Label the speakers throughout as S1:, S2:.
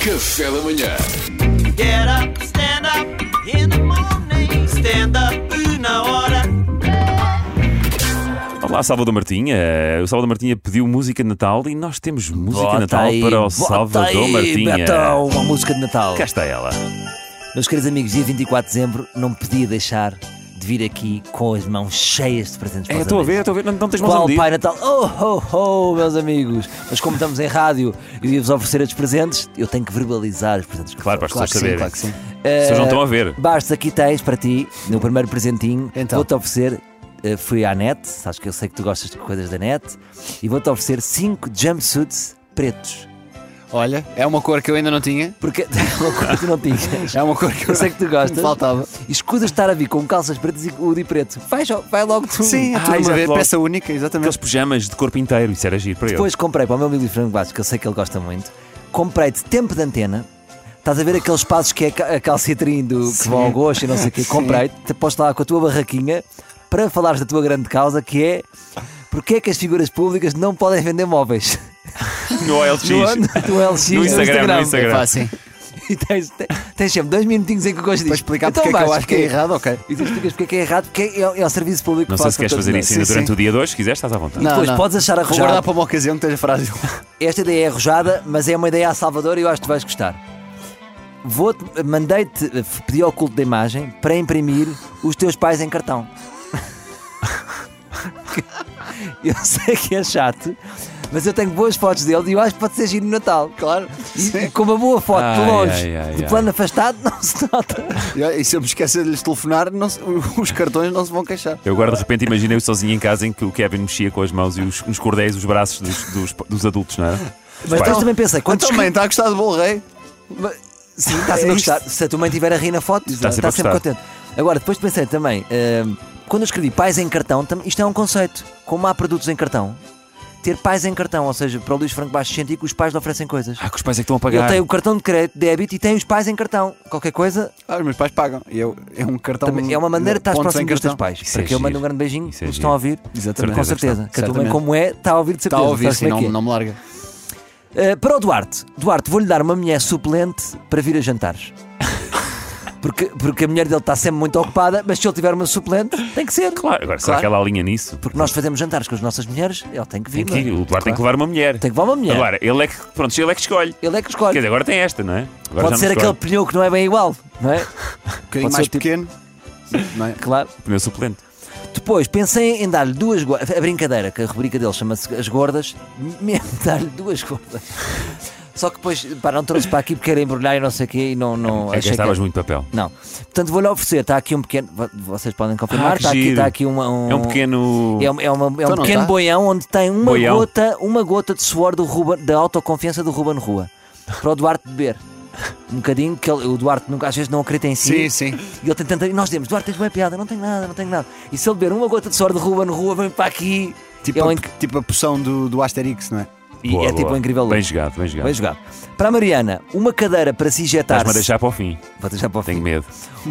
S1: Café da manhã.
S2: Get up, stand up in the morning. Stand up na hora.
S3: Olá, Salvador Martinha. O Salvador Martinha pediu música de Natal e nós temos música de Natal para o Salvador Martinha.
S4: Natal, uma música de Natal.
S3: Cá está ela.
S4: Meus queridos amigos, dia 24 de dezembro não me podia deixar de vir aqui com as mãos cheias de presentes para
S3: É,
S4: os
S3: estou a
S4: amigos.
S3: ver, um estou a ver. Não, não tens mais
S4: Qual
S3: onde ir.
S4: Pai Natal? Oh, oh, oh, meus amigos. Mas como estamos em rádio e ia-vos oferecer estes presentes, eu tenho que verbalizar os presentes. que
S3: Claro, para
S4: vos
S3: as
S4: dou.
S3: pessoas saberem.
S5: claro que sim.
S4: Eh,
S3: As pessoas não estão a ver.
S4: Bastos, aqui tens para ti, no primeiro presentinho,
S5: Então.
S4: vou-te oferecer. eh, Fui à net, sabes que eu sei que tu gostas de coisas da net, e vou-te oferecer 5 jumpsuits pretos.
S5: Olha, é uma cor que eu ainda não tinha.
S4: Porque é uma coisa que tu não tinhas.
S5: É uma cor que eu
S4: Eu sei que tu gostas.
S5: Me faltava.
S4: E escusas de estar a vir com calças pretas e hoodie preto. Vai, jo- vai logo tu.
S5: Sim,
S3: Ah,
S5: a turma
S3: já
S5: a ver,
S3: logo.
S5: peça única, exatamente.
S3: Aqueles pijamas de corpo inteiro, isso era giro para ele.
S4: Depois comprei para o meu amigo Luís Franco Bastos, que eu sei que ele gosta muito. Comprei-te tempo de antena. Estás a ver aqueles passos que é ca- a calcetrim do, que vão ao gosto e não sei o quê. Comprei-te, te posto lá com a tua barraquinha para falares da tua grande causa que é porque é que as figuras públicas não podem vender móveis
S3: No OLX.
S4: no, ano- no LX
S3: No Instagram, no Instagram.
S5: É fácil.
S4: E tens, te- tens sempre dois minutinhos em que eu gosto disto.
S5: Para explicar
S4: Então
S5: porque é que eu
S4: vais,
S5: acho que é errado, ok.
S4: E tu explicas porque é que é errado, porque é, é o serviço público
S3: Não
S4: que
S3: sei
S4: faz
S3: se
S4: com
S3: queres
S4: todos
S3: fazer
S4: nós.
S3: isso ainda
S5: Sim,
S3: durante
S5: sim.
S3: o dia 2, se quiseres, estás à vontade.
S4: Não. depois podes achar
S5: Vou
S4: arrojado.
S5: guardar para uma ocasião que esteja frágil.
S4: Esta ideia é arrojada, mas é uma ideia à Salvador e eu acho que tu vais gostar. Vou mandei-te eh, pedir ao culto da imagem para imprimir os teus pais em cartão. eu sei que é chato, mas eu tenho boas fotos deles e eu acho que pode ser giro no Natal.
S5: Claro.
S4: E, e com uma boa foto
S3: Ai,
S4: de longe,
S3: ai, ai,
S4: de
S3: ai.
S4: plano afastado, não se nota.
S5: E se eu me esquecer de lhes telefonar, não se- os cartões não se vão queixar.
S3: Eu agora de repente imaginei-o sozinho em casa em que o Kevin mexia com as mãos e os, uns cordéis, os braços dos, dos, dos adultos, não é?
S4: Mas depois também pensei, quantos,
S5: Quanto
S3: então,
S5: também está a gostar de bolo rei?
S4: Mas- Sim, está
S3: É
S4: sempre a gostar. Se a tua mãe estiver a rir na foto, está,
S3: Tá sempre a
S4: sempre
S3: gostar.
S4: contente. Agora, depois pensei também, hum, quando eu escrevi pais em cartão, tam- isto é um conceito. Como há produtos em cartão, ter pais em cartão, ou seja, para o Luís Franco Baixo sentir que os pais lhe oferecem coisas.
S3: Ah, que os pais é que estão a
S4: Eu
S3: pagar.
S4: tenho o cartão de crédito, débito e tenho os pais em cartão. Qualquer coisa
S5: Ah, os meus pais pagam. E eu, é um cartão.
S4: também é uma maneira de estar
S5: pontos
S4: próximo
S5: em
S4: dos teus
S5: cartão.
S4: pais.
S3: Isso é
S4: para que eu mando
S3: giro.
S4: um grande beijinho,
S3: Isso é
S4: eles estão a ouvir.
S3: Exatamente.
S4: Com certeza. Que a tua mãe,
S5: Certamente.
S4: como é, está a ouvir de
S5: Está
S4: certeza.
S5: a
S3: Tá
S5: ouvir,
S4: Sabes
S5: sim,
S4: como
S5: não,
S4: é que é?
S5: não me larga. Um
S4: Uh, para o Duarte, Duarte, vou-lhe dar uma mulher suplente para vir a jantares. Porque, porque a mulher dele está sempre muito ocupada, mas se ele tiver uma suplente, tem que ser.
S3: Claro, agora será
S4: Claro.
S3: que ela alinha nisso?
S4: Porque nós fazemos jantares com as nossas mulheres, ele tem que vir.
S3: Tem que ir,
S4: não
S3: o Duarte tem que levar uma mulher.
S4: é? Tem que levar uma mulher.
S3: Agora, ele é que, pronto, ele é que escolhe.
S4: ele é que
S3: Quer
S4: escolhe.
S3: dizer, agora tem esta, não é? Agora já não
S4: Pode ser
S3: escolhe.
S4: aquele pneu que não é bem igual, não é?
S5: Um bocadinho
S4: Pode ser
S5: mais
S4: o tipo-
S5: pequeno. Não é?
S4: Claro.
S3: pneu suplente.
S4: Depois pensei em dar-lhe duas gordas. A brincadeira, que a rubrica dele chama-se As Gordas, mesmo dar-lhe duas gordas. Só que depois, pá, não trouxe para aqui porque era embrulhar e não sei o quê e não. não
S3: é que
S4: achei que era-
S3: gastavas muito papel.
S4: Não. Portanto, vou-lhe oferecer. Está aqui um pequeno. vo- Vocês podem confirmar.
S3: Ah, que
S4: está, aqui,
S3: giro.
S4: está aqui uma- um.
S3: É um pequeno. tá.
S4: É, um- é uma- é um
S5: Então não
S4: pequeno
S5: está.
S4: boião onde tem uma
S3: Boião.
S4: gota uma gota de suor do Ruben, da autoconfiança do Ruben Rua para o Duarte beber. Um bocadinho, que ele- o Duarte nunca, às vezes não acredita em
S5: Sim,
S4: si.
S5: sim.
S4: E ele tem tanta. E nós dizemos: Duarte, tens uma piada, não tenho nada, não tenho nada. E se ele beber uma gota de suor do Ruben Rua, vem para aqui.
S5: Tipo,
S4: é, um
S5: a,
S4: inc-
S5: tipo a poção do, do Asterix, não é?
S4: e
S3: Boa,
S4: é tipo
S3: boa.
S4: um incrível
S3: Bem
S4: look.
S3: jogado, bem jogado.
S4: Bem jogado. Para a Mariana, uma cadeira para se injetar.
S3: Estás-me a deixar para o fim.
S4: Vou deixar para o
S3: Tenho
S4: fim.
S3: medo.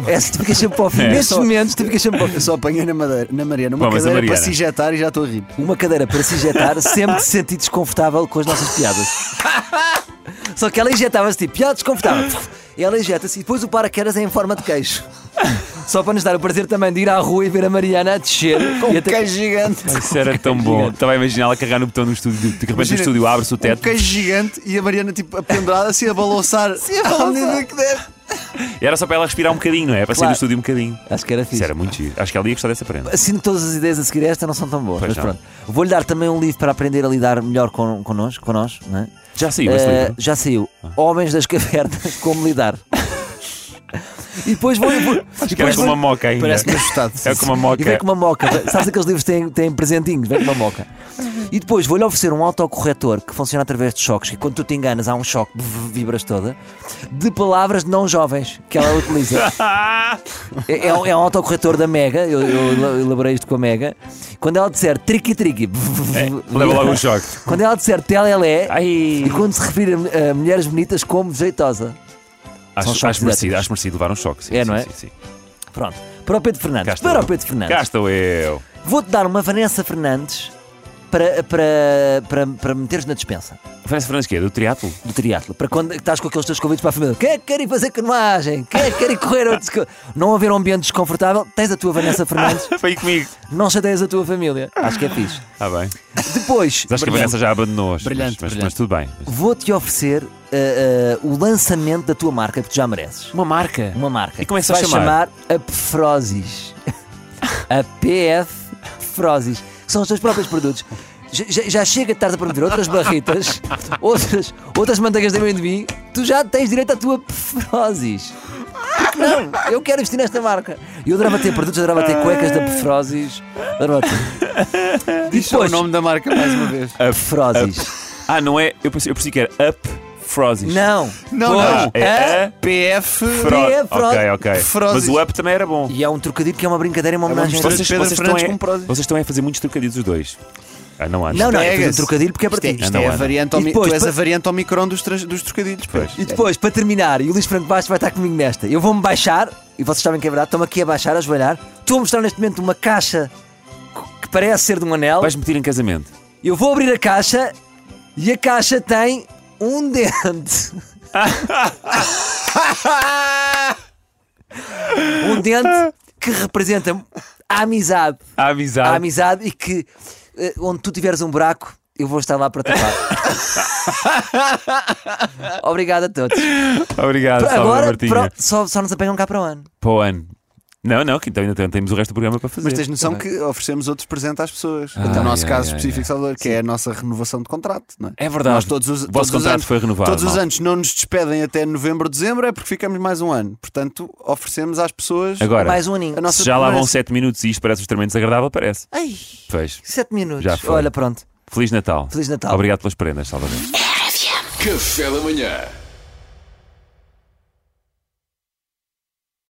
S4: Essa tu ficas sempre para o fim.
S3: É.
S4: Nestes
S5: Só-
S4: momentos, tu ficas sempre para o fim.
S5: Eu só apanhei na madeira, na Mariana, uma
S3: Bom, mas a
S5: cadeira para
S3: Mariana-
S5: se injetar e já estou a rir.
S4: Uma cadeira para se injetar sempre que se sentir desconfortável com as nossas piadas. Só que ela injetava-se tipo, piada desconfortável. Ela injeta-se e depois o paraquedas é em forma de queijo. Só para nos dar o prazer também de ir à rua e ver a Mariana a descer.
S5: Com
S4: e
S5: um
S4: até-
S5: queijo gigante.
S3: Isso era tão bom. Estava a imaginar ela carregar no botão no estúdio. De repente o
S5: Imagina,
S3: estúdio abre-se o
S5: Um
S3: teto.
S5: queijo gigante e a Mariana tipo apendurada assim a balançar.
S4: Se a balançar.
S5: À medida que deve.
S3: Era só para ela respirar um bocadinho, não é? Para sair do
S4: Claro.
S3: estúdio um bocadinho.
S4: Acho que era
S3: Isso
S4: fixe.
S3: era muito giro. Acho que ela ia gostar dessa prenda.
S4: Assim que todas as ideias a seguir a esta não são tão boas.
S3: Pois
S4: mas
S3: não.
S4: pronto. Vou-lhe dar também um livro para aprender a lidar melhor con connosco, connosco, não é?
S3: Já saiu esse
S4: Eh,
S3: livro. Ah.
S4: já saiu. Homens das Cavernas, como lidar. e depois vou. vou
S3: Que era com uma moca ainda.
S5: Parece-me ajustado.
S3: É com uma
S4: E vem
S3: moca.
S4: com uma moca. Sabes aqueles livros que têm, têm presentinhos? Vem com uma moca. E depois vou-lhe oferecer um autocorretor que funciona através de choques, que quando tu te enganas há um choque, bv, vibras toda, de palavras não jovens que ela utiliza.
S3: Ah!
S4: É, é um, é um autocorretor da Mega, eu, eu elaborei isto com a Mega. Quando ela disser triqui-triqui, bv,
S3: Leva logo um choque.
S4: quando ela disser telelé,
S3: Ai.
S4: e quando se referir a, a mulheres bonitas como jeitosa.
S3: Acho,
S4: choques
S3: acho merecido,
S4: elétricos.
S3: acho merecido levar um choque. Sim,
S4: É,
S3: sim,
S4: não é?
S3: Sim, sim.
S4: Pronto. Para o Pedro
S3: Cá
S4: Fernandes.
S3: estou
S4: Para
S3: eu.
S4: o Pedro
S3: Cá
S4: Fernandes.
S3: estou eu.
S4: Vou-te dar uma Vanessa Fernandes para, para, para, para meteres na dispensa
S3: Oferece Francisco, é do triatlo.
S4: do triatlo. Para quando estás com aqueles teus convites para a família. Quem é que quer ir fazer canoagem? Quem é que quer ir correr? outros co- Não haver um ambiente desconfortável, tens a tua Vanessa Fernandes,
S3: Foi comigo.
S4: não chateias a tua família. Acho que é fixe.
S3: Ah, bem.
S4: Depois,
S3: Mas acho que a Vanessa já abandonou. acho,
S1: Brilhante,
S3: mas, mas,
S1: brilhante.
S3: mas tudo bem.
S4: vou-te oferecer ah, ah, o lançamento da tua marca, porque tu já mereces.
S3: Uma marca.
S4: Uma marca.
S3: E como é que se
S4: vai
S3: vai chamar?
S4: chamar a Pfrosis. A PF Frosis. São os teus próprios produtos. Já, já- já chega de estar a promover outras barritas, outras, outras manteigas de amendoim. Tu já tens direito à tua Pfrosis. Porque não? Eu quero investir nesta marca. Eu adorava ter produtos, adorava ter cuecas da Pfrosis. Adorava ter. E
S5: Diz só É o
S4: depois,
S5: nome da marca mais uma vez.
S4: Pfrosis.
S3: Ah, não é? Eu pensei, eu pensei que era Up Frozes.
S4: Não.
S5: Não,
S3: Ah,
S5: não.
S3: é Up
S5: PF.
S3: Fro-
S4: É Fro-
S3: Ok, ok.
S5: Frozes.
S3: Mas o Up também era bom.
S4: E é um trocadilho que é uma brincadeira e uma homenagem.
S5: mistura de Pedro
S3: estão
S5: Fernandes
S3: a-
S5: com Prozes.
S3: vocês estão a fazer muitos trocadilhos os dois. Ah, não há.
S4: Não, não, é um
S5: Pegas.
S4: trocadilho porque é para
S5: Isto é,
S4: ti.
S5: isto
S3: Não,
S5: é a
S3: Ana.
S5: variante
S4: E
S5: ao mi-
S4: depois,
S5: tu és
S4: pa-
S5: a variante Omicron dos, trans- dos trocadilhos. pá.
S3: Pois.
S4: E depois, para terminar, e o Luís Franco Bastos vai estar comigo nesta. Eu vou-me baixar, e vocês sabem que é verdade, estou-me aqui a baixar, a esbalhar. Estou a mostrar neste momento uma caixa que parece ser de um anel.
S3: Vais meter em casamento.
S4: Eu vou abrir a caixa e a caixa tem um dente. um dente que representa a amizade.
S3: A
S4: A
S3: amizade.
S4: amizade e que eh, onde tu tiveres um buraco, eu vou estar lá para tapar. Obrigado a todos.
S3: Obrigado, Salvador
S4: Agora
S3: Martinha.
S4: pro- só, só nos apanham cá para o ano.
S3: Para o ano. Não, não, que então ainda tem- temos o resto do programa para fazer. é?
S5: Mas tens noção
S4: Tá bem.
S5: que oferecemos outros presentes às pessoas.
S3: Ah,
S5: no nosso
S3: ai,
S5: caso
S3: ai,
S5: específico, Salvador, que é a nossa renovação de contrato. Não é?
S3: É verdade.
S5: Nós todos os,
S3: O vosso
S5: todos os
S3: contrato
S5: anos,
S3: foi renovado,
S5: Todos os
S3: malta.
S5: anos não nos despedem até novembro, dezembro, é porque ficamos mais um ano. Portanto, oferecemos às pessoas.
S3: Agora,
S4: Mais um aninho.
S5: a nossa
S3: se já lá vão
S5: permanência.
S3: 7 minutos e isto parece extremamente desagradável, parece.
S4: Ai,
S3: Pois.
S4: sete minutos.
S3: Já foi.
S4: Olha, pronto.
S3: Feliz Natal.
S4: Feliz Natal.
S3: Obrigado pelas prendas, Salvador.
S6: Café da manhã.